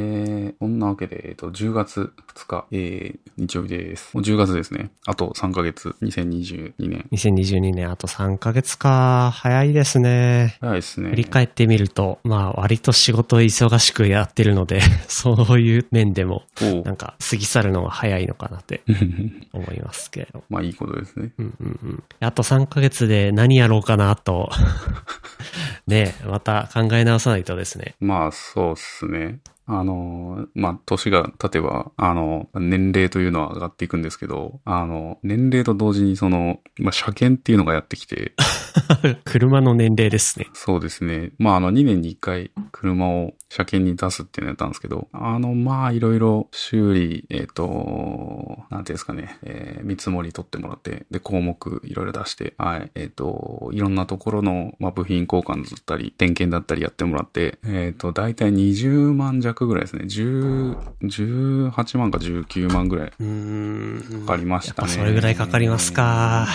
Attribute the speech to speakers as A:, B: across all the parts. A: えー、こんなわけで、えっと、10月2日、えー、日曜日です。もう10月ですね。あと3ヶ月、2022年。
B: 2022年あと3ヶ月か。早いですね。
A: 早いですね。
B: 振り返ってみると、まあ割と仕事忙しくやってるので、 そういう面でも、
A: おう
B: なんか過ぎ去るのが早いのかなって思いますけど。
A: まあいいことですね。
B: うんうんうん。あと3ヶ月で何やろうかなと、 ねえまた考え直さないとですね。
A: まあそうっすね。あのー、まあ年が経てば、あの、年齢というのは上がっていくんですけど、あの、年齢と同時にその、まあ車検っていうのがやってきて、
B: 車の年齢ですね。
A: そうですね。まあ、あの、2年に1回車を車検に出すっていうのやったんですけど、あの、まあ、いろいろ修理、えっ、と、なんていうんですかね、えー見積もり取ってもらって、で、項目いろいろ出して、はい、えっ、と、いろんなところの、まあ、部品交換だったり、点検だったりやってもらって、えっ、と、だいたい20万弱ぐらいですね。10、18万か19万ぐらいう
B: ーん。
A: かかりまし
B: やったぱ
A: ね。
B: それぐらいかかりますか。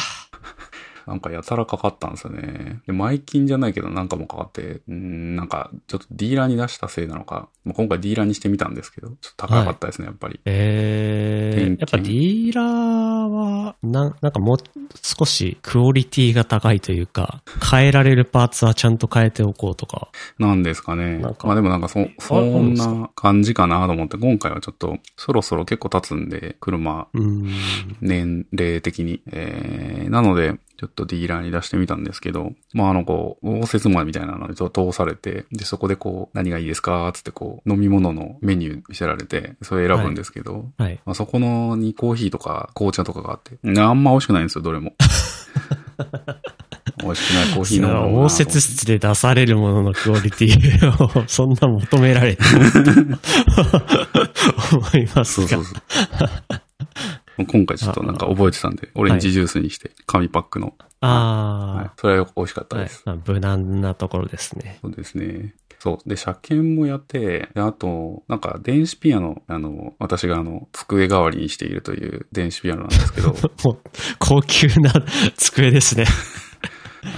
A: なんかやたらかかったんですよね。で、前金じゃないけどなんかもかかって、うん、なんかちょっとディーラーに出したせいなのか、まあ、今回ディーラーにしてみたんですけど、ちょっと高かったですね、やっぱり。
B: え
A: 点
B: ー、やっぱデ
A: 検
B: ィーラーは、な、なんかもう少しクオリティが高いというか、変えられるパーツはちゃんと変えておこうとか。
A: なんですかね。
B: なんか
A: まあでもなんかそ、そ
B: あるん
A: ん
B: です
A: な感じかなと思って、今回はちょっとそろそろ結構経つんで、車、
B: うーん。
A: 年齢的に。えー、なので、ちょっとディーラーに出してみたんですけど、まああのこう、応接前みたいなのにと通されて、で、そこでこう、何がいいですかつってこう、飲み物のメニュー見せられて、それ選ぶんですけど、
B: はい。
A: まあ、そこのにコーヒーとか紅茶とかがあって、あんま美味しくないんですよ、どれ も。美味しくないコーヒー飲むの
B: 応接室で出されるもののクオリティをそんな求められてもと思いま
A: そう
B: すが
A: そうそう。今回ちょっとなんか覚えてたんで、オレンジジュースにして、紙パックの。はい
B: あ。
A: それは美味しかった
B: あ、は
A: で
B: い
A: す。。
B: まあ無難なところですね。
A: そうですね。そう。で、車検もやって、で、あと、なんか、電子ピアノ、あの、私があの、机代わりにしているという電子ピアノなんですけど、
B: もう、高級な机ですね。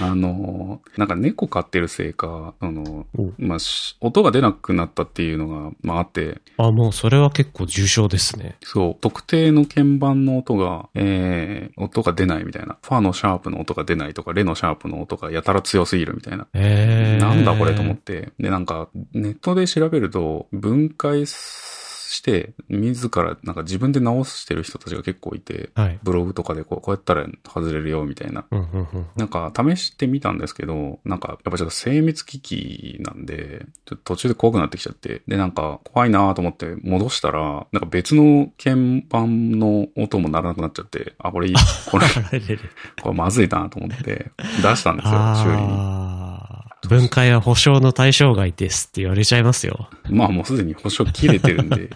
A: あの、なんか猫飼ってるせいか、あの
B: お、
A: まあ、し音が出なくなったっていうのが、まあ、あって、
B: あ、もうそれは結構重症ですね。
A: そう、特定の鍵盤の音が、えー、音が出ないみたいな、ファのシャープの音が出ないとか、レのシャープの音がやたら強すぎるみたいな。
B: えー、
A: なんだこれと思って。で、なんか、ネットで調べると、分解して、自ら、なんか自分で直してる人たちが結構いて、
B: はい。
A: ブログとかでこう、こうやったら外れるよ、みたいな。
B: うん うんうん。
A: なんか試してみたんですけど、なんかやっぱちょっと精密機器なんで、ちょっと途中で怖くなってきちゃって、でなんか怖いなと思って戻したら、なんか別の鍵盤の音も鳴らなくなっちゃって、あ、これいい、これ、
B: られる。
A: これまずいなと思って出したんですよ、修理に。
B: ああ。分解は保証の対象外ですって言われちゃいますよ。
A: まあもうすでに保証切れてるんで、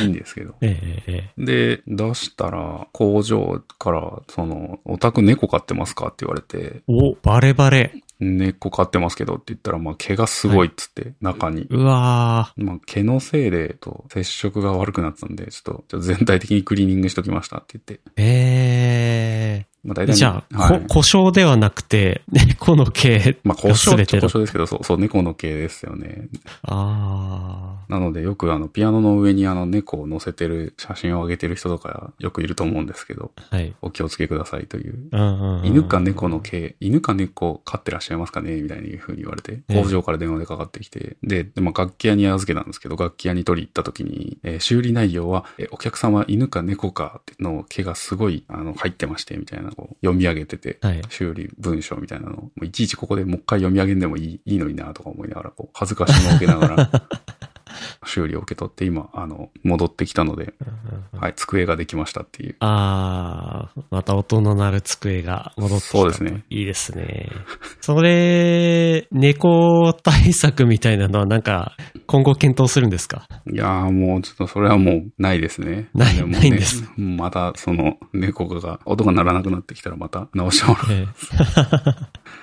A: いいんですけど。
B: ええええ。
A: で、出したら、工場から、その、オタク猫飼ってますかって言われて、
B: お、バレバレ。
A: 猫飼ってますけどって言ったら、まあ毛がすごいっつって、中に。
B: うわ
A: まあ、毛のせいで、と、接触が悪くなってたんで、ちょっと、ちょっと全体的にクリーニングしときましたって言って。
B: ー。え
A: まあ、
B: え
A: 大体、
B: じゃあ、
A: はい
B: こ、故障ではなくて、 猫の毛。
A: まあ、故障っちゃ
B: 全ての
A: 故障ですけど、そう、そう、猫の毛ですよね。
B: あ
A: なので、よくあの、ピアノの上にあの、猫を乗せてる写真を上げてる人とか、よくいると思うんですけど、
B: あ。はい。
A: お気をつけくださいという。
B: うんうんうん
A: 犬か猫の毛、犬か猫飼ってらっしゃいますかねみたいにいう風に言われて、
B: ええ
A: 工場から電話でかかってきて、で、でまあ、楽器屋に預けたんですけど、楽器屋に取り行った時に、えー修理内容は、えーお客様犬か猫かの毛がすごい、あの、入ってまして、みたいな、こう、読み上げてて、
B: はい。
A: 修理文章みたいなのを、もういちいちここでもう一回読み上げんでもいい、いいのになとか思いながら、こう、恥ずかしも受けなが ら、修理を受け取って、今、あの、戻ってきたので、はい、机ができましたっていう。
B: ああ、また音の鳴る机が戻ってきたと。
A: そうですね
B: いいですね。それ、猫対策みたいなのはなんか、今後検討するんです か
A: いやーもうちょっとそれはもうないですね。
B: ない
A: でもね
B: ないんです。
A: またその猫が音が鳴らなくなってきたらまた直してもらう。
B: え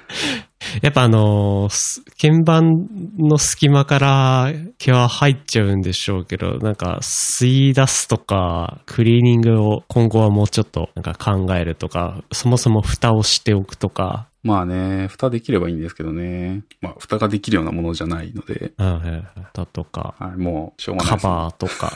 B: えやっぱあのーす鍵盤の隙間から毛は入っちゃうんでしょうけど、なんか吸い出すとか、クリーニングを今後はもうちょっとなんか考えるとか、そもそも蓋をしておくとか、
A: まあね、蓋できればいいんですけどね。まあ、蓋ができるようなものじゃないので、
B: うん、はいはい。だとか、
A: はい、もう、しょうがない
B: カ
A: です、ね。
B: バーとか。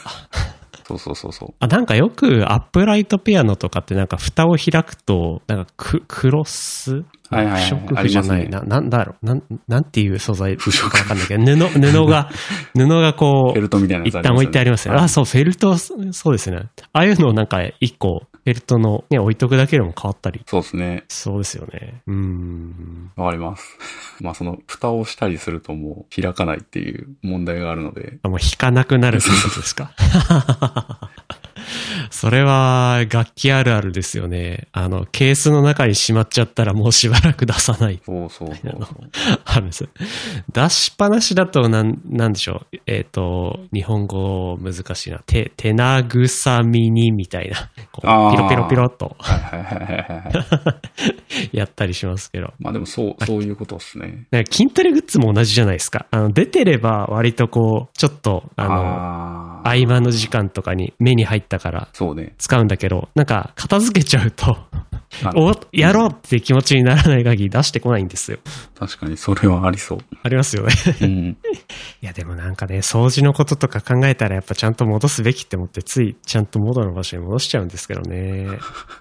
A: そうそうそうそう。
B: あ、なんかよくアップライトピアノとかってなんか蓋を開くと、なんかククロス
A: はいはいはい
B: 不織布じゃな
A: あ
B: い。
A: りま
B: な、なんだろう。なん、なんていう素材
A: 不織布
B: わかんないけど、布、布 が、布が
A: フ
B: こ
A: ェ
B: う、
A: ルトみたいなや
B: 一
A: つ
B: 旦置いてありますね。
A: はい
B: あ、そう、フェルト、そうですね。ああいうのをなんか一個、フェルトのね、置いとくだけでも変わったり。
A: そうですね。
B: そうですよね。うーん。
A: わかります。 まあその、蓋をしたりするともう開かないっていう問題があるので、
B: あもう弾かなくなるってことですか それは楽器あるあるですよね。あの、ケースの中にしまっちゃったらもうしばらく出さない。
A: そうそうそうそう。
B: あるんです。出しっぱなしだとなん、なんでしょう。えっ、と、日本語難しいな。手、手なぐさみにみたいな。こ
A: あー
B: うピロピロピロっと
A: はいはいはいはいはい。
B: やったりしますけど。
A: まあでも そう、そういうことですね。
B: なんか筋トレグッズも同じじゃないですか。あの、出てれば割とこう、ちょっと、あ
A: あ
B: の、
A: ー
B: 合間の時間とかに目に入ったから
A: そうね。
B: 使うんだけど、なんか片付けちゃう と、
A: あ
B: おやろうって気持ちにならない限り出してこないんですよ。
A: 確かにそれはありそう。
B: ありますよね。
A: うん。
B: いやでもなんかね、掃除のこととか考えたらやっぱちゃんと戻すべきって思って、ついちゃんと元の場所に戻しちゃうんですけどね。
A: ま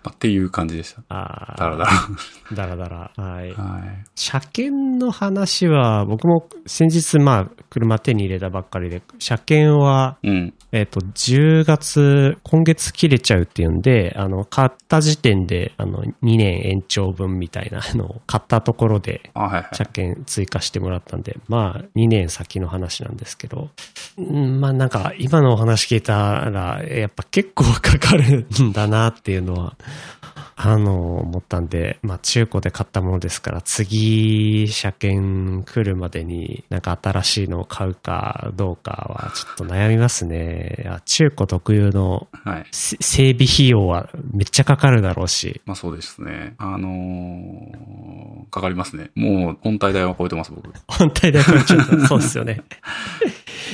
A: あっていう感じでした。だ
B: あ
A: らだ
B: あ、だらだら。はい
A: ら。。はい。
B: 車検の話は、僕も先日まあ、車手に入れたばっかりで、車検は、
A: うん。
B: えっ、と、10月、今月切れちゃうっていうんで、あの、買った時点で、あの、2年延長分みたいなのを買ったところで、
A: あ、はいはい。
B: 車検追加してもらったんで、 まあ、2年先の話なんですけど、うんまあなんか、今のお話聞いたら、やっぱ結構かかるんだなっていうのは、あの、思ったんで、まあ中古で買ったものですから、次、車検来るまでになんか新しいのを買うかどうかはちょっと悩みますね。あ中古特有の
A: はい。
B: せ整備費用はめっちゃかかるだろうし、
A: まあそうですね。あのーかかりますね。もう本体代は超えてます、僕。
B: 本体だけはちょっと、そうですよね。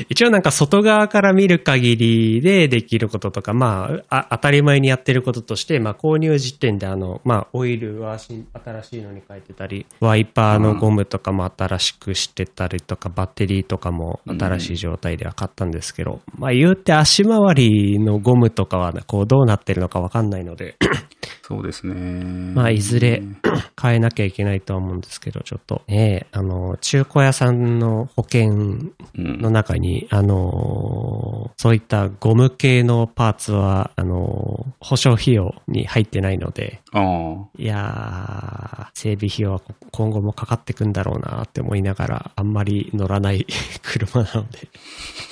B: 一応なんか外側から見る限りでできることとか、まあ、あ当たり前にやってることとして、まあ、購入時点であの、まあ、オイルは新新しいのに変えてたり、ワイパーのゴムとかも新しくしてたりとか、バッテリーとかも新しい状態では買ったんですけど、まあ、言うて足回りのゴムとかは、こう、どうなってるのかわかんないので、
A: そうですね。
B: まあ、いずれ変えなきゃいけないとは思うんですけど、ちょっと、ねえ、あの、中古屋さんの保険
A: うん
B: の中に、あのーそういったゴム系のパーツは、あのー保証費用に入ってないので、
A: ああ。
B: いやー、整備費用はこ今後もかかってくんだろうなって思いながら、あんまり乗らない 車なので、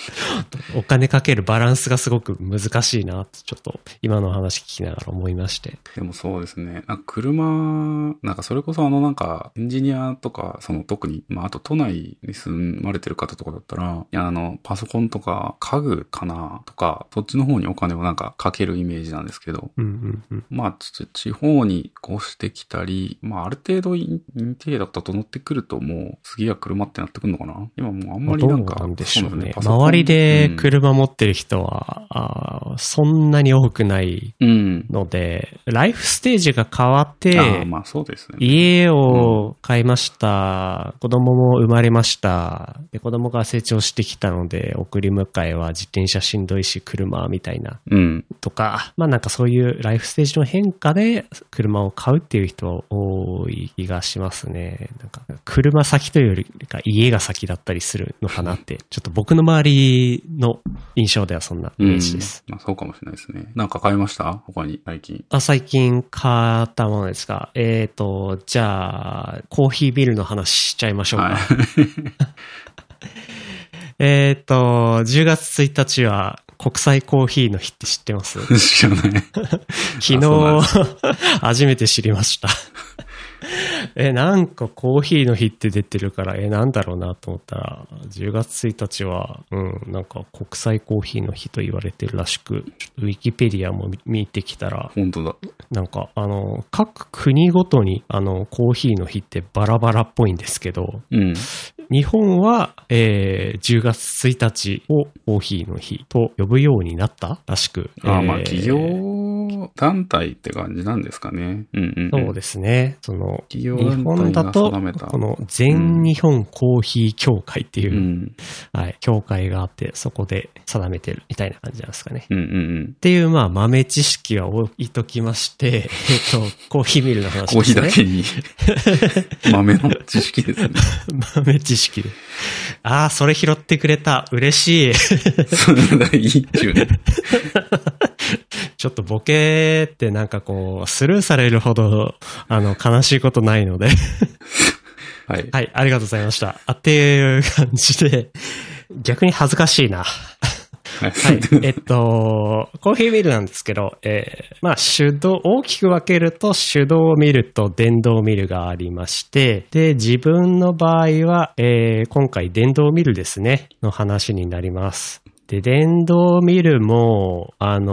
B: お金かけるバランスがすごく難しいなって、ちょっと今の話聞きながら思いまして。
A: でもそうですね。なんか車、なんかそれこそあのなんかエンジニアとか、その特に、まああと都内に住まれてる方とかだったら、いやあのパソコンとか家具かなとか、そっちの方にお金をなんかかけるイメージなんですけど、
B: うんうんうん。
A: まあち地方に越してきたり、まあある程度インインテリアだと整ってくるともう次は車ってなってくるのかな今もうあんまり
B: どう
A: なんか、
B: なんでしょう
A: そうです
B: ね。
A: パソコン
B: 周りで
A: うん
B: 車持ってる人は、あーそんなに多くない
A: うん。
B: ので、ライフステージが変わって、
A: ああ、まあそうですね。
B: 家を買いました、子供も生まれました。で、子供が成長してきたので、送り迎えは自転車しんどいし、車みたいな
A: うん。
B: とか、まあなんかそういうライフステージの変化で車を買うっていう人は多い気がしますね。なんか車先というよりか家が先だったりするのかなって、ちょっと僕の周りの印象ではそんなイメージです。
A: うんまあそうかもしれないですね。なんか買いました他に最近。
B: あ最近買ったものですかえっ、と、じゃあ、コーヒービルの話しちゃいましょうか。
A: はい。
B: えっ、と、10月1日は国際コーヒーの日って知ってます
A: 知らない。
B: 昨
A: あそうなんで
B: 日、 初めて知りま した。え、なんかコーヒーの日って出てるから、え、なんだろうなと思ったら、10月1日は、うん、なんか国際コーヒーの日と言われてるらしく、ちょっとウィキペディアも見見てきたら、
A: 本当だ。
B: なんか、あの、各国ごとに、あの、コーヒーの日ってバラバラっぽいんですけど、
A: うん。
B: 日本は、えー10月1日をコーヒーの日と呼ぶようになったらしく。
A: ああ、まあ
B: えー
A: 企業業団体って感じなんですかね。うんうん、うん。
B: そうですね。その、
A: 企
B: 日
A: 業団
B: 本
A: 体
B: だ
A: が
B: と、
A: 定めた。
B: この全日本コーヒー協会っていうう、
A: ん。
B: はい、協会があって、そこで定めてるみたいな感じなんですかね。
A: うんうんうん
B: っ。ていう、まあ、豆知識は置いときまして、えっ と、コーヒーミルの話
A: コー
B: で
A: ヒ
B: す
A: ーだ
B: ね。
A: けに豆の知識ですね。
B: 豆知識で。ああ、それ拾ってくれた。嬉しい。
A: それがいいっちゅうね。
B: ちょっとボケってなんかこう、スルーされるほど、あの、悲しいことないので。
A: はい。
B: はい、ありがとうございました。あっていう感じで、逆に恥ずかしいな。
A: はい。
B: はい。えっと、コーヒーミルなんですけど、えーまあ、手動、大きく分けると手動ミルと電動ミルがありまして、で、自分の場合は、えー今回電動ミルですね、の話になります。で、電動ミルも、あの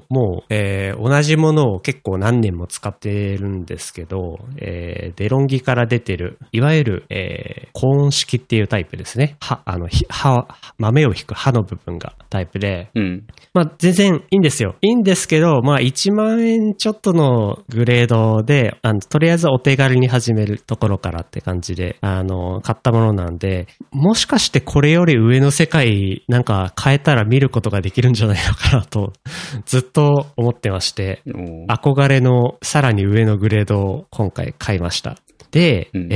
B: ーもう、えー同じものを結構何年も使ってるんですけど、えーデロンギから出てる、いわゆる、えー高温式っていうタイプですね。は、あの、ひ刃、豆を引く刃の部分がタイプで、
A: うん。
B: まあ、全然いいんですよ。いいんですけど、まあ、1万円ちょっとのグレードで、あの、とりあえずお手軽に始めるところからって感じで、あの、買ったものなんで、もしかしてこれより上の世界なんか変えたら見ることができるんじゃないのかなと、 ずっと思ってまして、
A: おー
B: 憧れのさらに上のグレードを今回買いました。で、
A: うん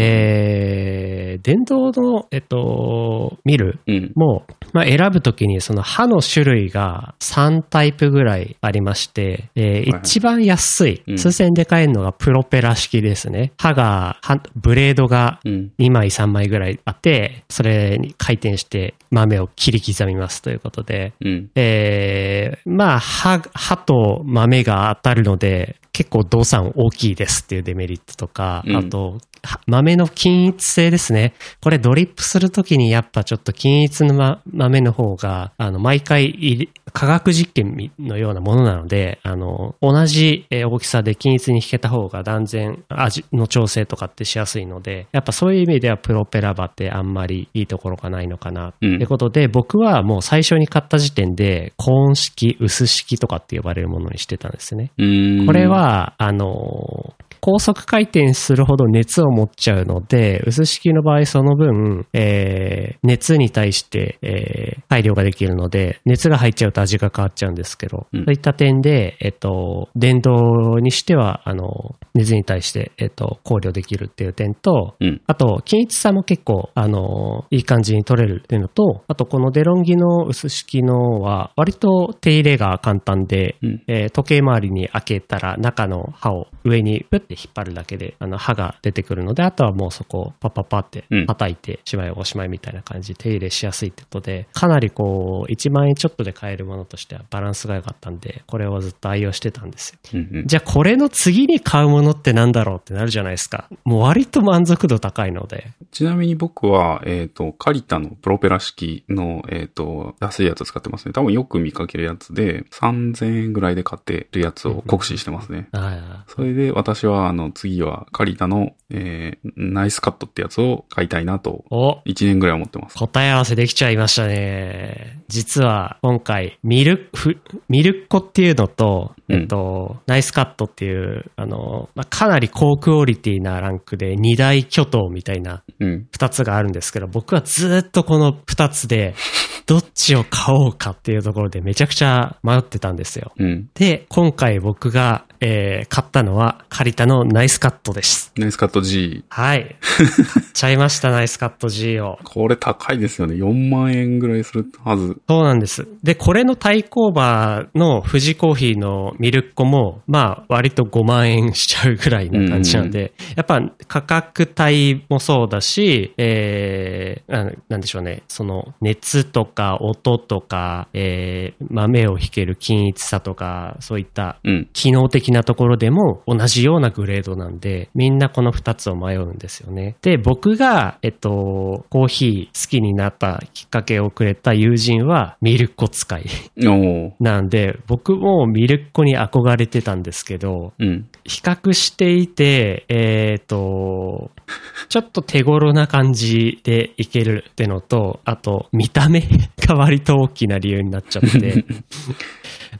B: えー、電動の、えっと、見る
A: うん。
B: もう、まあ、選ぶときにその刃の種類が3タイプぐらいありまして、えー
A: いはい
B: 一番安い、
A: うん
B: 数千円で買えるのがプロペラ式ですね。刃が、はブレードが
A: うん。
B: 2枚3枚ぐらいあって、それに回転して豆を切り刻みますということで、
A: うん。
B: えーまあ、歯、歯と豆が当たるので、結構動産大きいですっていうデメリットとか、
A: うん
B: あと、は豆の均一性ですね。これドリップするときにやっぱちょっと均一の、ま、豆の方が、あの、毎回入れ科学実験みのようなものなので、あの、同じえー大きさで均一に引けた方が断然味の調整とかってしやすいので、やっぱそういう意味ではプロペラバってあんまりいいところがないのかな
A: うん
B: ってことで、僕はもう最初に買った時点で、高温式、薄式とかって呼ばれるものにしてたんですね。
A: うーん
B: これ、は、あのー高速回転するほど熱を持っちゃうので、薄式の場合その分、えー熱に対して、えー配慮ができるので、熱が入っちゃうと味が変わっちゃうんですけど、
A: うん
B: そういった点で、えっと、電動にしては、あの、熱に対して、えっと、考慮できるっていう点と、
A: うん。
B: あと、均一さも結構、あのいい感じに取れるっていうのと、あと、このデロンギの薄式のは、割と手入れが簡単で、
A: うん
B: えー時計回りに開けたら、中の刃を上にプッて引っ張るだけで、あの、刃が出てくるので、あとはもうそこをパッパッパって
A: うん
B: 叩いて、しまいおしまいみたいな感じで手入れしやすいってことで、かなりこう、1万円ちょっとで買えるものとしてはバランスが良かったんで、これをずっと愛用してたんですよ。
A: うんうん
B: じゃあこれの次に買うものってなんだろうってなるじゃないですか。もう割と満足度高いので。
A: ちなみに僕は、えっ、と、カリタのプロペラ式の、えっ、と、安いやつ使ってますね。多分よく見かけるやつで、3000円ぐらいで買ってるやつを酷使してますね。
B: あ
A: それで私は、あの、次はカリタの、えー、ナイスカットってやつを買いたいなと、
B: あ。お
A: 1年ぐらい思ってます。
B: 答え合わせできちゃいましたね。実は今回、ミルク、ミルッコっていうのと、
A: うん
B: えっと、ナイスカットっていう、あの、まあ、かなり高クオリティなランクで二大巨頭みたいな
A: うん。
B: 二つがあるんですけど、僕はずーっとこの二つで、どっちを買おうかっていうところでめちゃくちゃ迷ってたんですよ。
A: うん。
B: で、今回僕が、えー買ったのは、カリタのナイスカットです。
A: ナイスカット G。
B: はい。買っちゃいました、ナイスカット G を。
A: これ高いですよね。4万円ぐらいするはず。
B: そうなんです。で、これの対抗馬の富士コーヒーのミルッコも、まあ、割と5万円しちゃうぐらいな感じなんで、やっぱ価格帯もそうだし、えー、ななんでしょうね、その熱とか音とか、えー、豆を引ける均一さとか、そういった
A: うん。
B: 機能的なところでも同じようなグレードなんで、みんなこの2つを迷うんですよね。で、僕が、えっと、コーヒー好きになったきっかけをくれた友人は、ミルコ使い。
A: おー。
B: なんで、僕もミルコに憧れてたんですけど、
A: うん。
B: 比較していて、えっ、と、ちょっと手頃な感じでいけるってのと、あと、見た目が割と大きな理由になっちゃって、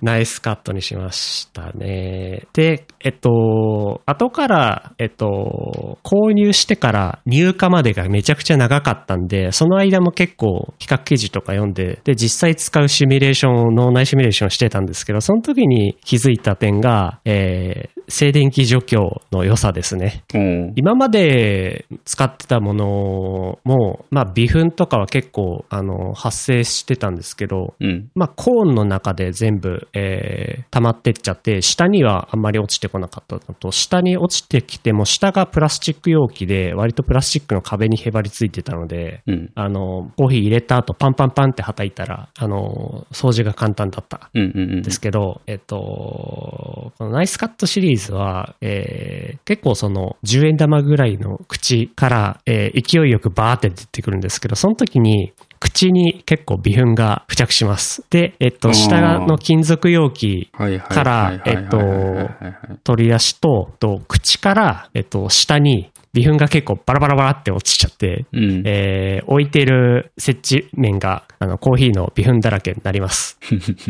B: ナイスカットにしましたね。で、えっと、後から、えっと、購入してから入荷までがめちゃくちゃ長かったんで、その間も結構企画記事とか読んで、で、実際使うシミュレーションを、脳内シミュレーションをしてたんですけど、その時に気づいた点が、えー静電気除去の良さですね。
A: おー
B: 今まで使ってたものも、まあ、微粉とかは結構、あの、発生してたんですけど、
A: うん。
B: まあ、コーンの中で全部、えー溜まってっちゃって、下にはあんまり落ちてこなかったのと、下に落ちてきても、下がプラスチック容器で、割とプラスチックの壁にへばりついてたので、
A: うん。
B: あの、コーヒー入れた後、パンパンパンって叩いたら、あの、掃除が簡単だった。
A: うんうんうん。
B: ですけど、えっと、このナイスカットシリーズは、えー結構その10円玉ぐらいの口から、えー勢いよくバーって出てくるんですけど、その時に、口に結構微粉が付着します。で、えっ
A: あ
B: と、
A: ー
B: 下の金属容器
A: はいはい
B: か
A: は
B: ら
A: いはいはいはいはいはいはい。
B: 取り出しと、と口から、えっと、下に微粉が結構バラバラバラって落ちちゃって、
A: うん。
B: えー置いてる設置面が、あの、コーヒーの微粉だらけになります。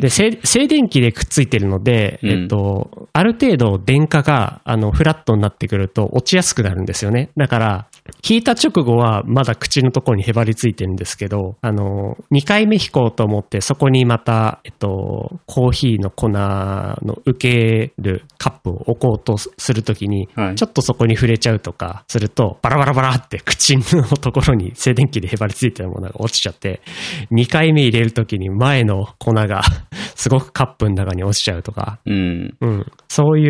B: で、静 静電気でくっついてるので、
A: うん
B: えっと、ある程度電荷が、あの、フラットになってくると落ちやすくなるんですよね。だから、聞いた直後はまだ口のところにへばりついてるんですけど、あの、2回目引こうと思って、そこにまた、えっと、コーヒーの粉の受けるカップを置こうとするときに、
A: はい
B: ちょっとそこに触れちゃうとかすると、バラバラバラって口のところに静電気でへばりついたものが落ちちゃって、2回目入れるときに前の粉がすごくカップの中に落ちちゃうとか、
A: うん。
B: うん、そうい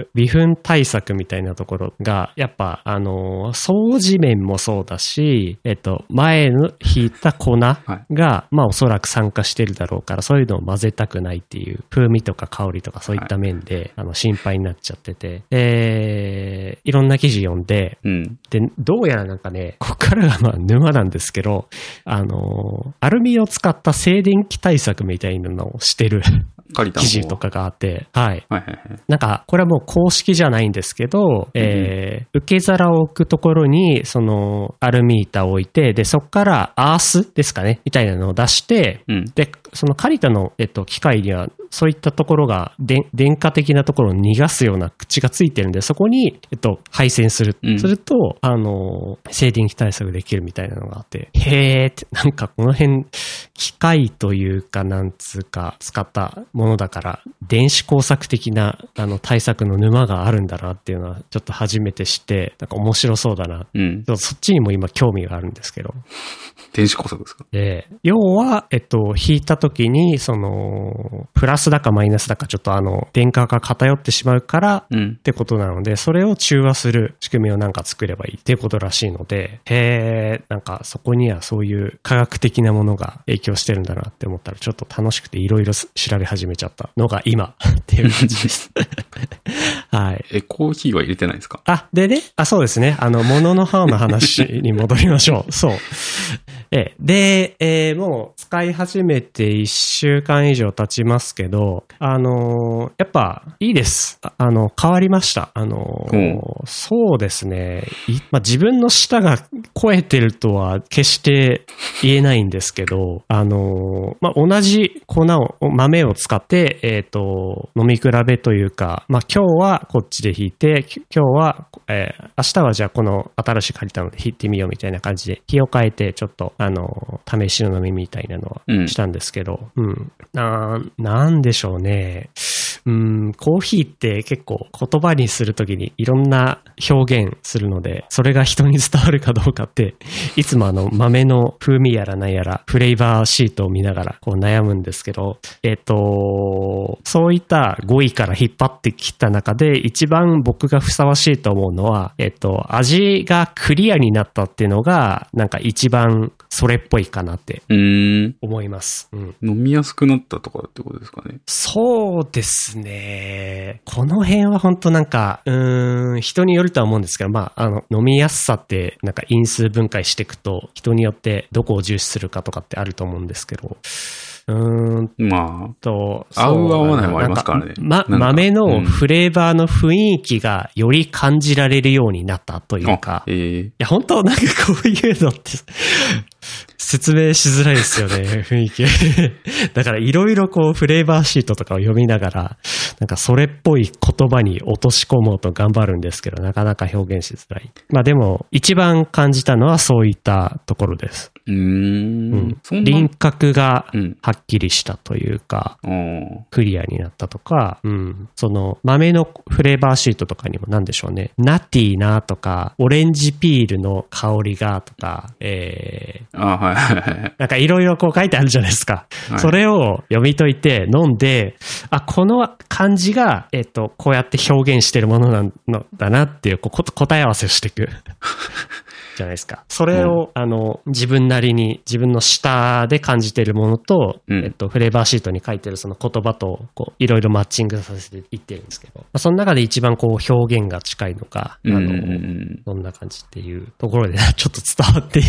B: う微粉対策みたいなところが、やっぱ、あのー、掃除面もそうだし、えっと、前の引いた粉が、
A: い
B: まあおそらく酸化してるだろうから、そういうのを混ぜたくないっていう、風味とか香りとかそういった面で、あの、心配になっちゃってて、えー、いろんな記事読んで、
A: うん。
B: で、どうやらなんかね、ここからがまあ沼なんですけど、あのーアルミを使った静電気対策みたいなのをしてる
A: 借りた
B: 記
A: 方
B: 事とかがあって、はい。
A: はいはいはい。
B: なんか、これはもう公式じゃないんですけど、えー受け皿を置くところに、その、アルミ板を置いて、で、そこからアースですかね、みたいなのを出して、
A: うん。
B: で、そのカリタの、えっと、機械には、そういったところが、電電化的なところを逃がすような口がついてるんで、そこに、えっと、配線する。
A: うん
B: すると、あの、静電気対策できるみたいなのがあって、へーって、なんかこの辺、機械というか、なんつうか、使ったものだから、電子工作的な、あの、対策の沼があるんだなっていうのは、ちょっと初めて知って、なんか面白そうだな。
A: うん。
B: でもそっちにも今興味があるんですけど。
A: 電子工作ですか
B: で、要は、えっと、引いた時に、その、プラスだかマイナスだか、ちょっとあの、電荷が偏ってしまうから、っ
A: うん。
B: てことなので、それを中和する仕組みをなんか作ればいいっていうことらしいので、へえ、なんかそこにはそういう科学的なものが影響してるんだなって思ったら、ちょっと楽しくていろいろ調べ始めちゃったのが今っていう感じです。 はい。
A: え、コーヒーは入れてないですか
B: あ、でね、あ、そうですね。あの、ものの葉の話に戻りまし ょう。そう。ええ、で、えーもう使い始めて1週間以上経ちますけど、あのーやっぱいいです。ああの、変わりました。あのー
A: うん
B: そうですね。いまあ、自分の舌が超えてるとは決して言えないんですけど、あのーまあ、同じ粉を、豆を使って、えっ、と、飲み比べというか、まあ、今日はこっちで引いて、き今日は、えー明日はじゃあこの新しい借りたので引いてみようみたいな感じで、日を変えて、ちょっと、あのー試し飲みみたいなのは
A: うん
B: したんですけど、うん。なん、なんでしょうね。うん、コーヒーって結構言葉にするときにいろんな表現するので、それが人に伝わるかどうかって、いつもあの豆の風味やらなんやら、フレーバーシートを見ながらこう悩むんですけど、えっ、と、そういった語彙から引っ張ってきた中で、一番僕がふさわしいと思うのは、えっ、と、味がクリアになったっていうのが、なんか一番それっぽいかなって
A: うーん。
B: 思います。うん。
A: 飲みやすくなったとかってことですかね。
B: そうですね。この辺は本当なんか、うーん、人によるとは思うんですけど、まあ、あの、飲みやすさって、なんか因数分解していくと、人によってどこを重視するかとかってあると思うんですけど、うーんン
A: ま
B: と、
A: 合う
B: そう
A: 合わないもありますからね
B: なんか
A: な
B: ま、
A: んか
B: 豆
A: う
B: の
A: ん
B: フレーバーの雰囲気がより感じられるようになったという
A: あ
B: か、、い
A: ええ
B: や、本当なんかこういうのって、説明しづらいですよね、 雰囲気。 だからいろいろこうフレーバーシートとかを読みながら、なんかそれっぽい言葉に落とし込もうと頑張るんですけど、なかなか表現しづらい。まあでも、一番感じたのはそういったところです。
A: うーん。
B: うん
A: そんな。
B: 輪郭が
A: うん。
B: はっきりしたというか、
A: おー
B: クリアになったとか、うん、その豆のフレーバーシートとかにも何でしょうね。ナティーなとか、オレンジピールの香りがとか、えー、
A: あ、はいはいはい。
B: なんかいろいろこう書いてあるじゃないですか。
A: はい
B: それを読み解いて飲んで、あ、この漢字が、えっ、と、こうやって表現してるものなんのだなっていう、こうこと答え合わせをして いく。じゃないですか。それを、あの、自分なりに、自分の舌で感じてるものと、
A: うん
B: えっと、フレーバーシートに書いてるその言葉と、こう、いろいろマッチングさせていってるんですけど、まあ、その中で一番こう、表現が近いのが、あ
A: うんうんう
B: の、
A: ん。
B: そんな感じっていうところで、 ちょっと伝わって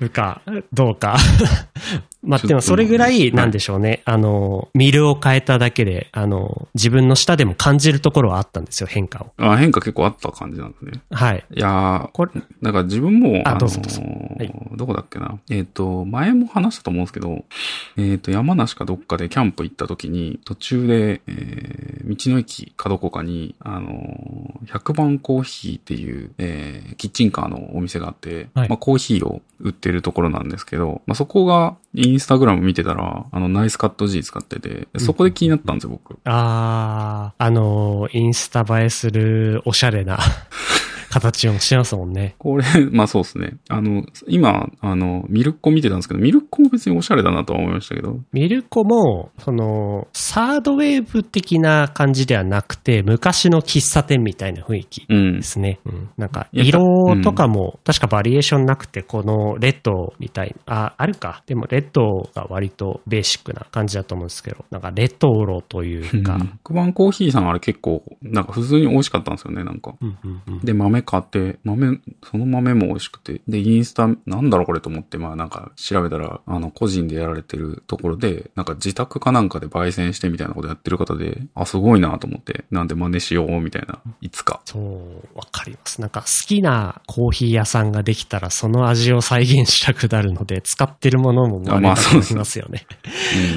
B: るか、どうか。 まあ、でもそれぐらい、なんでしょうね。あの、ミルを変えただけで、あの、自分の舌でも感じるところはあったんですよ、変化を。
A: あ、変化結構あった感じなんですね。
B: はい。
A: いやー
B: これ、
A: なんか自分も、
B: あ
A: の
B: どうぞどうぞはい
A: どこだっけな。えっ、と、前も話したと思うんですけど、えっ、と、山梨かどっかでキャンプ行った時に、途中で、えー道の駅かどこかに、あのー、100番コーヒーっていう、えーキッチンカーのお店があって、
B: はい
A: まあ、コーヒーを売ってるところなんですけど、まあ、そこが、インスタグラム見てたら、あの、ナイスカット G 使ってて、そこで気になったんですよ、僕。
B: あー、あのー、インスタ映えするおしゃれな 形をしてますもんね。
A: これ、 まあそうですね。あの、今、あの、ミルコ見てたんですけど、ミルコも別におしゃれだなとは思いましたけど、
B: ミルコも、その、サードウェーブ的な感じではなくて、昔の喫茶店みたいな雰囲気
A: うん
B: で。すね。うん。なんか、
A: やっぱ
B: 色とかも、確かバリエーションなくて、このレッドみたいな、あ、あるか。でも、レッドが割とベーシックな感じだと思うんですけど、なんか、レトロというか、
A: 黒板コーヒーさんあれ結構、なんか普通に美味しかったんですよね、なんか。
B: うんうんうん。
A: で、豆買って、豆、その豆も美味しくて。で、インスタ、なんだろうこれと思って、まあなんか調べたら、あの、個人でやられてるところで、なんか自宅かなんかで焙煎してみたいなことやってる方で、あ、すごいなと思って、なんで真似しよう、みたいな、いつか。
B: そう、わかります。なんか好きなコーヒー屋さんができたらその味を再現したくなるので、使ってるものも
A: あまあ
B: 真似たくなりますよね。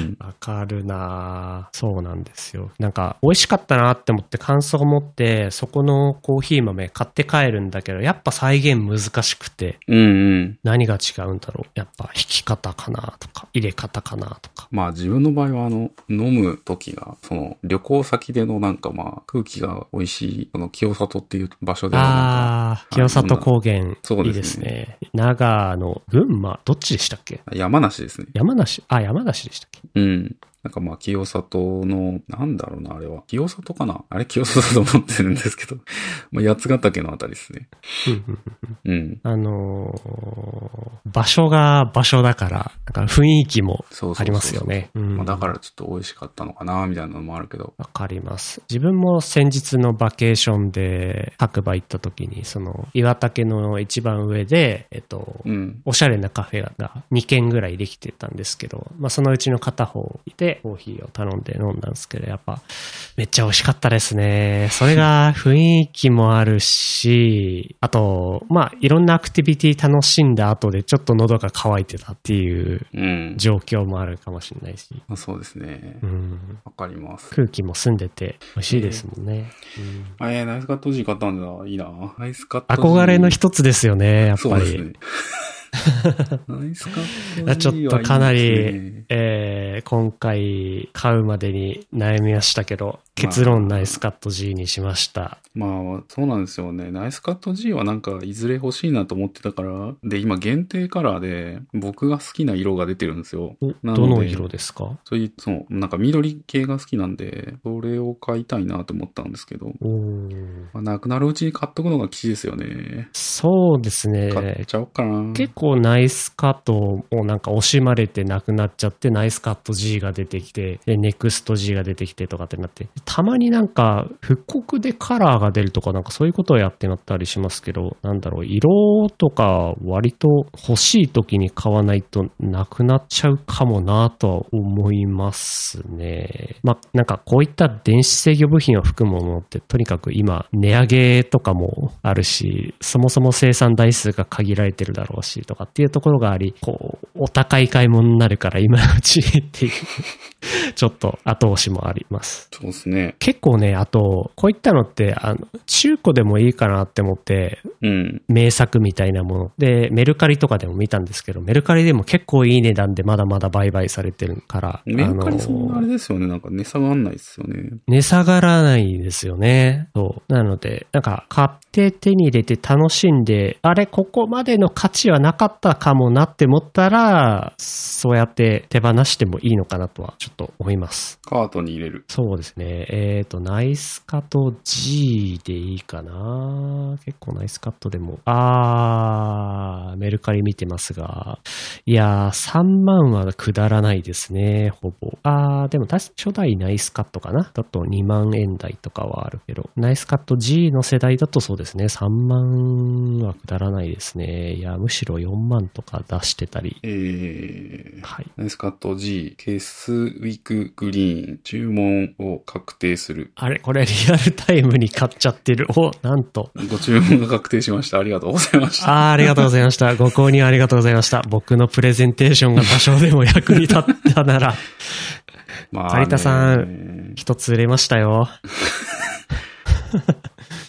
A: うん。
B: わかるなぁそうなんですよ。なんか、美味しかったなって思って感想を持って、そこのコーヒー豆買って帰るんだけど、やっぱ再現難しくて、
A: うんうん。
B: 何が違うんだろうやっぱ引き方かなとか、入れ方かなとか。
A: まあ自分の場合はあの、飲む時が、その旅行先でのなんかまあ空気が美味しい、その清里っていう場所でのなんか、
B: ああ、清里高原、
A: そう
B: い
A: で
B: い
A: すね
B: ですね。長野、群馬、どっちでしたっけ
A: 山梨ですね。
B: 山梨、あ、山梨でしたっけ
A: うん。なんかまあ清里の、なんだろうな、あれは。清里かなあれ清里だと思ってるんですけど。 まあ八ヶ岳のあたりですね。
B: うんうんうん
A: うん。
B: あのー場所が場所だから、なんか雰囲気も
A: そうそうそう
B: ありますよ。ね。うん
A: まあだからちょっと美味しかったのかな、みたいなのもあるけど。
B: わかります。自分も先日のバケーションで白馬行った時に、その岩竹の一番上で、えっと、
A: うん。
B: おしゃれなカフェが2軒ぐらいできてたんですけど、まあそのうちの片方でコーヒーを頼んで飲んだんですけど、やっぱめっちゃ美味しかったですね。それが雰囲気もあるし、あと、まあいろんなアクティビティ楽しんだ後でちょっと喉が渇いてたっていう
A: うん。
B: 状況もあるかもしれないし、
A: まあそうですね
B: う。ん、
A: わかります。
B: 空気も澄んでて美味しいですもんね。うん
A: えー、ナイスカット G 買ったんだ。いいな。ナイスカット G。
B: 憧れの一つですよね、やっ
A: そう
B: ぱ
A: です
B: り。
A: ね。ナイスカッ
B: ちょっとかなり、
A: いいですね
B: えー今回買うまでに悩みましたけど、結論ナイスカット G にしました。
A: まあ、そうなんですよね。ナイスカット G はなんか、いずれ欲しいなと思ってたから、で、今限定カラーで、僕が好きな色が出てるんですよ。
B: お
A: なので
B: どの色ですか
A: そういう、そう、なんか緑系が好きなんで、それを買いたいなと思ったんですけど、
B: おー
A: まあ、なくなるうちに買っとくのが吉ですよね。
B: そうです
A: 買っ
B: ね。
A: ちゃおうかな。
B: 結構ナイスカットをなんか惜しまれてなくなっちゃって、ナイスカット G が出てきて、で、ネクスト G が出てきてとかってなって、たまになんか、復刻でカラーが出るとか、なんかそういうことをやってなったりしますけど、なんだろう、色とか割と欲しい時に買わないとなくなっちゃうかもなとは思いますね。まあ、なんかこういった電子制御部品を含むものって、とにかく今、値上げとかもあるし、そもそも生産台数が限られてるだろうし、とかっていうところがあり、こう、お高い買い物になるから今のうちにっていう ちょっと後押しもあります。
A: そうですね。
B: 結構ね、あと、こういったのって、あの、中古でもいいかなって思って、
A: うん。
B: 名作みたいなもの。で、メルカリとかでも見たんですけど、メルカリでも結構いい値段でまだまだ売買されてるから、
A: メルカリそんなあ
B: あの
A: れですよね。なんか値下がんないですよね。
B: 値下がらないんですよね。そう。なので、なんか、買って手に入れて楽しんで、あれ、ここまでの価値はなかったかもなって思ったら、そうやって手放してもいいのかなとは、ちょっと思います。
A: カートに入れる。
B: そうですね。えっ、と、ナイスカット G でいいかな。結構ナイスカットでも。あー、メルカリ見てますが。いやー、3万はくだらないですね、ほぼ。あー、でも確か初代ナイスカットかな。だと2万円台とかはあるけど。ナイスカット G の世代だとそうですね。3万はくだらないですね。いや、むしろ4万とか出してたり。
A: えー。
B: はい。
A: ナイスカット G、ケースウィークグリーン、注文を確定する。
B: あれこれリアルタイムに買っちゃってる。お、なんと。
A: ご注文が確定しました。ありがとうございました。
B: あーありがとうございました。ご購入ありがとうございました。僕のプレゼンテーションが多少でも役に立ったなら、
A: ま
B: 有田さ
A: ん。
B: 一つ売れましたよ。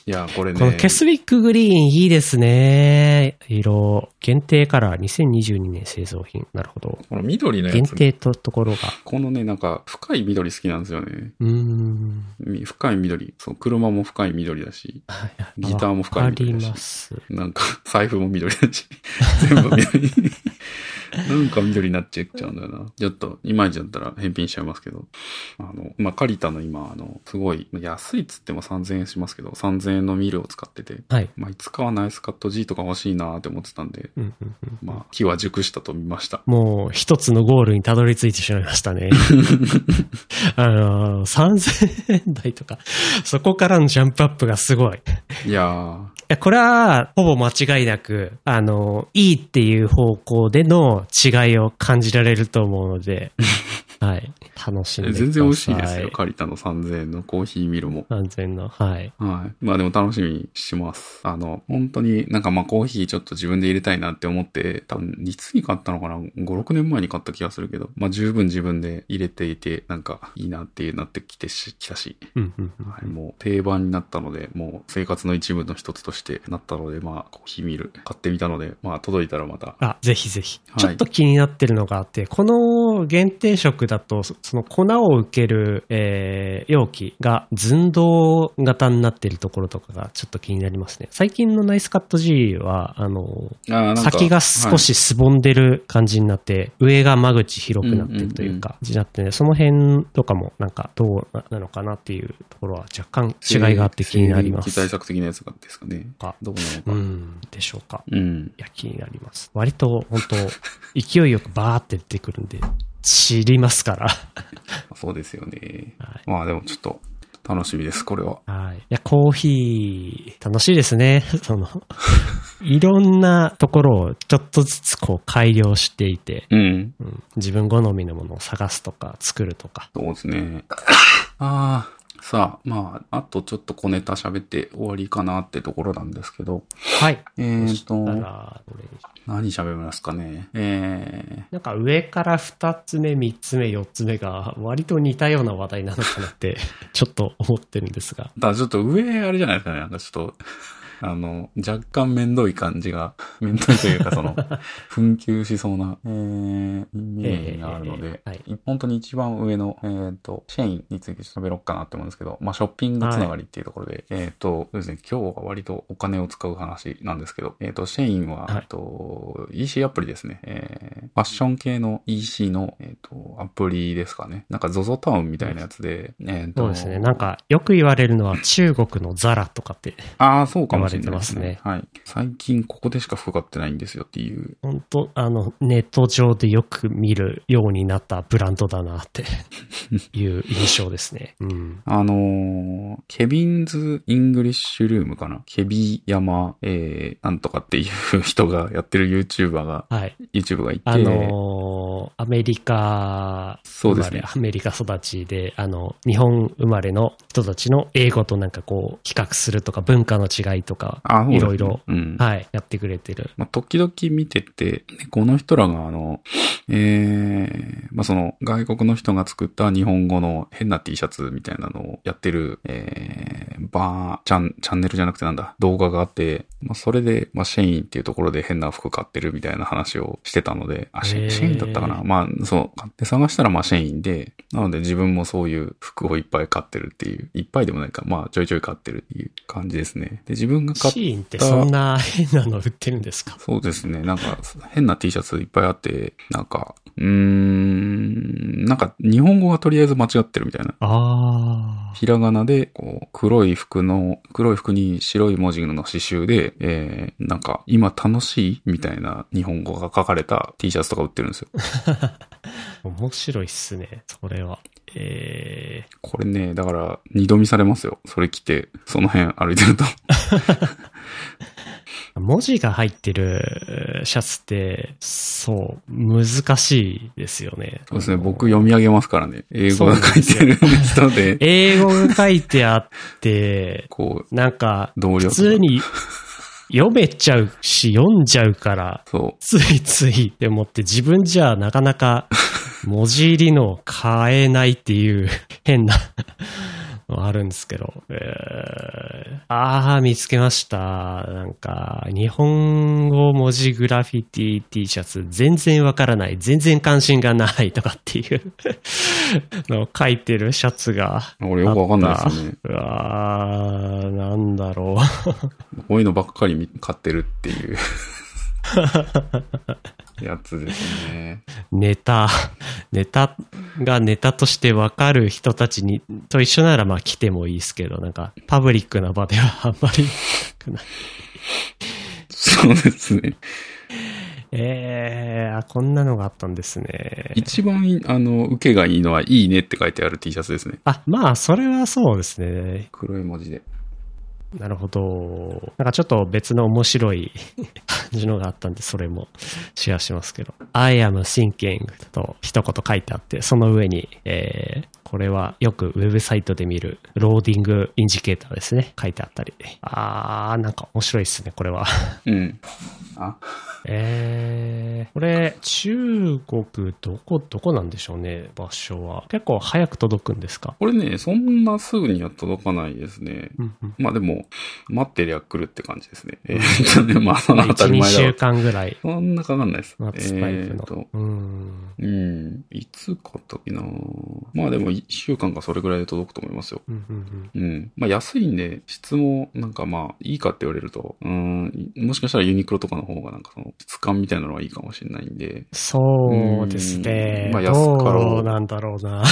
A: いや、これね。
B: このケスビックグリーンいいですね。色。限定カラー2022年製造品。なるほど。
A: この緑のや
B: 限
A: つ。
B: 定とところが。
A: このね、なんか、深い緑好きなんですよね。
B: うーん。
A: み深い緑。そう、車も深い緑だし、ギターも深い
B: あ
A: 緑
B: り
A: だし
B: ます。
A: なんか、財布も緑だし、 全部緑。 なんか緑になっちゃっちゃうんだよな。ちょっと、いまいちだったら返品しちゃいますけど。あの、まあ、借りたの今、あの、すごい、安いっつっても3000円しますけど、3000円のミルを使ってて、
B: はい。
A: まあ、いつかはナイスカット G とか欲しいなーって思ってたんで、
B: うんうんうん
A: まあ、日は熟したと見ました。
B: もう一つのゴールにたどり着いてしまいました ね。あの3000円台とか、そこからのジャンプアップがすごい。
A: いやー、
B: いや、これは、ほぼ間違いなく、あの、いいっていう方向での違いを感じられると思う ので、はい。楽しんでください。
A: 全然美味しいですよ。借りたの3000円のコーヒーミルも。
B: 安全な。はい。
A: はい。まあでも楽しみにしてます。あの、本当になんかまあコーヒーちょっと自分で入れたいなって思って、多分いつに買ったのかな ?5、6年前に買った気がするけど、まあ十分自分で入れていて、なんかいいなっていうなってきてし、きたし、
B: うんうんうん。
A: はい、もう定番になったので、もう生活の一部の一つとしてなったので、まあコーヒーミル買ってみたので、まあ届いたらまた。
B: あ、ぜひぜひ。
A: はい
B: ちょっと気になってるのがあって、この限定色だと、そその粉を受ける、えー容器が寸胴型になってるところとかがちょっと気になりますね。最近のナイスカット G は、あの、
A: あーなんか
B: 先が少しすぼんでる感じになって、上が間口広くなってるというか、感じになってね、その辺とかもなんかどうなのかなっていうところは若干違いがあって気になりま
A: 生理期対
B: す。
A: 策的なやつがですかね。
B: か
A: どう
B: う
A: なのか。
B: ん、でしょうか。
A: うん。
B: いや、気になります。割と、本当勢いよくバーって出てくるんで、知りますから。
A: そうですよね。
B: はい
A: まあでもちょっと楽しみです、これは。
B: はい。いや、コーヒー、楽しいですね。その、いろんなところをちょっとずつこう改良していて、
A: うん。
B: うん自分好みのものを探すとか、作るとか、
A: そうですね。 ああ。さあ、まあ、あとちょっと小ネタ喋って終わりかなってところなんですけど。
B: はい。
A: え
B: そ
A: ー
B: し
A: と
B: た、ら、これ
A: 何喋りますかね。え
B: なんか上から2つ目、3つ目、4つ目が割と似たような話題なのかなって、 ちょっと思ってるんですが。
A: ー、ただちょっと上、あれじゃないですかね。なんかちょっと、あの、若干面倒い感じが、 面倒いというかその、紛糾しそう な、えー、イメージがあるので、
B: えーえーえー
A: 本当に一番上の、えっ、と、シェインについて喋ろうかなって思うんですけど、まあ、ショッピングつながりっていうところで、えっ、と、そうですね、今日は割とお金を使う話なんですけど、えっ、と、シェインは、
B: はい
A: えっと、EC アプリですね、えーファッション系の EC の、えっ、と、アプリですかね。なんか ZOZO タウンみたいなやつで、えっ、と、
B: そうですね。なんかよく言われるのは中国のザラとかって
A: ああ、そうか
B: 言
A: も
B: わ
A: し
B: れてますね。
A: はい。最近ここでしか服買ってないんですよっていう。
B: 本当あの、ネット上でよく見るようになったブランドだなって いう印象ですね。うん。
A: あのーケビンズ・イングリッシュルームかなケビヤマ、えー、なんとかっていう人がやってる YouTuber が、
B: はい。
A: YouTube がいて、
B: あのーアメリカ
A: そう
B: 生
A: で
B: ますれ、
A: ね。
B: アメリカ育ちで、あの、日本生まれの人たちの英語となんかこう、比較するとか文化の違いとか、
A: あ、そうですね
B: いろいろ。
A: うん。
B: はい、やってくれてる。
A: まあ、時々見てて、でこの人らがあの、えー、まあ、その外国の人が作った日本語の変な T シャツみたいなのをやってる、えー、バー、チャン、チャンネルじゃなくてなんだ、動画があって、まあ、それで、まあ、シェインっていうところで変な服買ってるみたいな話をしてたので、あ、シェイ
B: へ
A: ン
B: ー
A: シェインだったかなまあ、そう、買って探したらまあ、シェインで、なので自分もそういう服をいっぱい買ってるっていう、いっぱいでもないか、まあ、ちょいちょい買ってるっていう感じですね。で、自分が買っ
B: シーンってそんな変なの売ってるんですか
A: そうですね。なんか、変な T シャツいっぱいあって、なんか、うーん、なんか、日本語がとりあえず間違ってるみたいな。
B: ああ。
A: ひらがなで、こう、黒い服の、黒い服に白い文字の刺繍で、えー、なんか、今楽しいみたいな日本語が書かれた T シャツとか売ってるんですよ。
B: 面白いっすね、それは。えー、
A: これね、だから、二度見されますよ。それ着て、その辺歩いてると。
B: 文字が入ってるえーシャツって、そう、難しいですよね。
A: そうですね。僕読み上げますからね。英語が書いてる人で、
B: 英語が書いてあって、
A: こう、
B: なんか、
A: 同僚
B: 普
A: とか
B: 通に読めちゃうし、読んじゃうから、
A: そう。
B: ついついって思って自分じゃなかなか文字入りのを変えないっていう変なのあるんですけど。えーあー、見つけました。なんか、日本語文字グラフィティ T シャツ全然わからない。全然関心がないとかっていう のを書いてるシャツが。
A: 俺よくわかんないですよね。
B: うわー、なんだろう。
A: こういうのばっかり見買ってるって いうやつですね。
B: ネタ、 ネタがネタとしてわかる人たちに、と一緒ならまあ来てもいいですけど、なんか、パブリックな場ではあんまりなくない。
A: そうですね。
B: えー、あこんなのがあったんですね。
A: 一番いい、あの、受けがいいのは、いいねって書いてある T シャツですね。
B: あ、まあ、それはそうですね。
A: 黒い文字で。
B: なるほど。なんかちょっと別の面白 い感じのがあったんで、それもシェアしますけど。I am thinking と一言書いてあって、その上に、えーこれはよくウェブサイトで見るローディングインジケーターですね。書いてあったり。あー、なんか面白いですね、これ は。
A: うん。あ、
B: えー、これ、中国どこ、どこなんでしょうね、場所は。結構早く届くんですか
A: これね、そんなすぐには届かないですね。
B: うんうん。
A: まあでも、待ってりゃ来るって感じですね。えーっとね、まあ その当た
B: 1、
A: り
B: 2
A: 前だろ
B: 週
A: う。
B: 間ぐらい。
A: そんなかかんないです。
B: 夏パイプ
A: えー
B: の
A: っ。と、
B: うん。
A: うん。いつ買ったっけなまあでも、1週間かそれぐらいで届くと思いますよ。
B: うんうんうん
A: うん。まあ安いんで、質もなんかまあいいかって言われると、うーん、もしかしたらユニクロとかの方がなんかその質感みたいなのはいいかもしれないんで、
B: そうですね。
A: うんまあ安かろう
B: どうなんだろうな。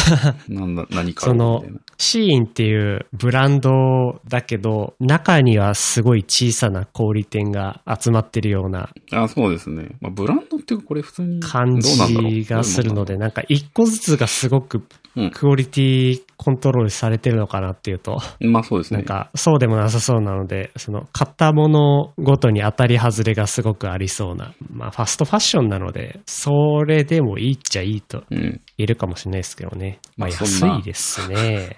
A: なんだ、何か
B: その
A: みたいな。、
B: シーンっていうブランドだけど、中にはすごい小さな小売店が集まってるような
A: あ、そうですね。まあブランドっていうかこれ普通にどうなん
B: 感
A: だろう。
B: じがするので、なんか一個ずつがすごく
A: うん
B: クオリティコントロールされてるのかなっていうと、
A: どうなんだろう。まあそうです
B: なん
A: ね。
B: かそうでもなさそうなので、その買ったものごとに当たり外れがすごくありそうな、まあファストファッションなので、それでもいいっちゃいいと
A: うん。
B: いるかもしれないですけどね。ま
A: ま
B: あ
A: あ
B: 安
A: そんない
B: ですね。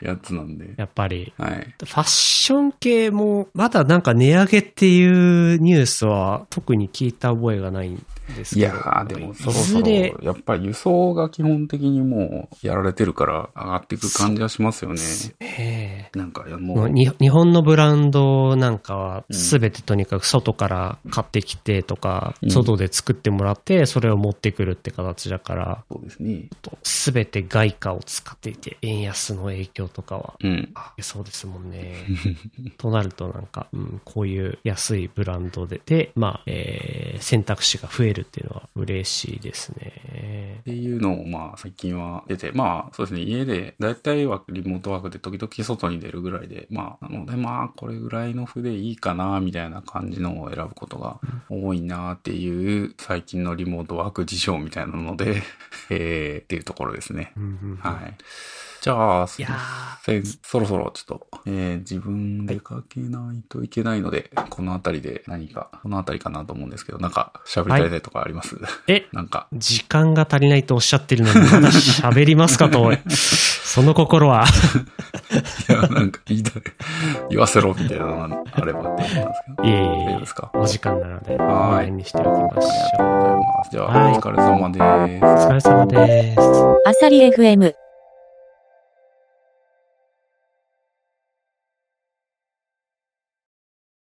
A: やつなんで。
B: やっぱり。
A: はい。
B: ファッション系も、まだなんか値上げっていうニュースは特に聞いた覚えがないんです
A: い
B: け
A: や
B: ど。
A: ー、でもそろそ
B: いず
A: ろ、
B: れ、
A: やっぱり輸送が基本的にもうやられてるから上がっていく感じはしますよね。
B: ええ
A: なんか、いや
B: も
A: も
B: う
A: う、
B: に日本のブランドなんかは全てとにかく外から買ってきてとか、
A: うん
B: 外で作ってもらってそれを持ってくるって形だから、
A: そうですね。
B: 全て外貨を使っていて円安の影響とかは
A: うん。
B: あそうですもんね。となるとなんか、うん、こういう安いブランドで、で、まあ、えー選択肢が増えるるっていうのは嬉しいですね
A: っ。ていうのをまあ最近は出て、まあそうですね、家で、だいたいはリモートワークで時々外に出るぐらいで、まあなのでまあこれぐらいの負でいいかなみたいな感じのを選ぶことが多いなっていう最近のリモートワーク事情みたいなの で、えー、っていうところですね。
B: うんうんうん
A: はい。じゃあ、す
B: い
A: い
B: や
A: ま
B: ー
A: せん。そろそろちょっと、えー自分でかけないといけないので、このあたりで何か、このあたりかなと思うんですけど、なんか喋りたいねとかあります、
B: え、
A: なんか、
B: 時間が足りないとおっしゃってるのに、まだ喋りますかと、おいその心は。
A: いや、 なんか言いたい、言わせろみたいなのがあればって思ったんですけど。
B: いえいえい
A: 大丈夫
B: え
A: ですか
B: お時間なので、こ
A: は
B: の
A: い
B: 辺にしておきまし
A: ありがと
B: ょう。
A: うございます。じゃあ、
B: はい
A: お疲れ様です。
B: お疲れ様です。
C: アサリ FM